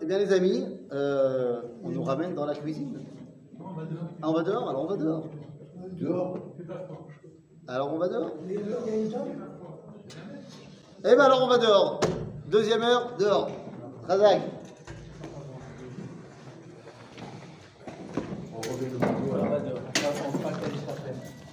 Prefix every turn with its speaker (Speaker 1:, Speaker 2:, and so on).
Speaker 1: eh bien, les amis, euh, on nous ramène dans la cuisine. Ah, on va dehors Alors, on va dehors.
Speaker 2: Dehors.
Speaker 1: Alors, on va dehors. Eh ben, alors, on va dehors. Deuxième heure, dehors. Razak.
Speaker 2: On revient dehors.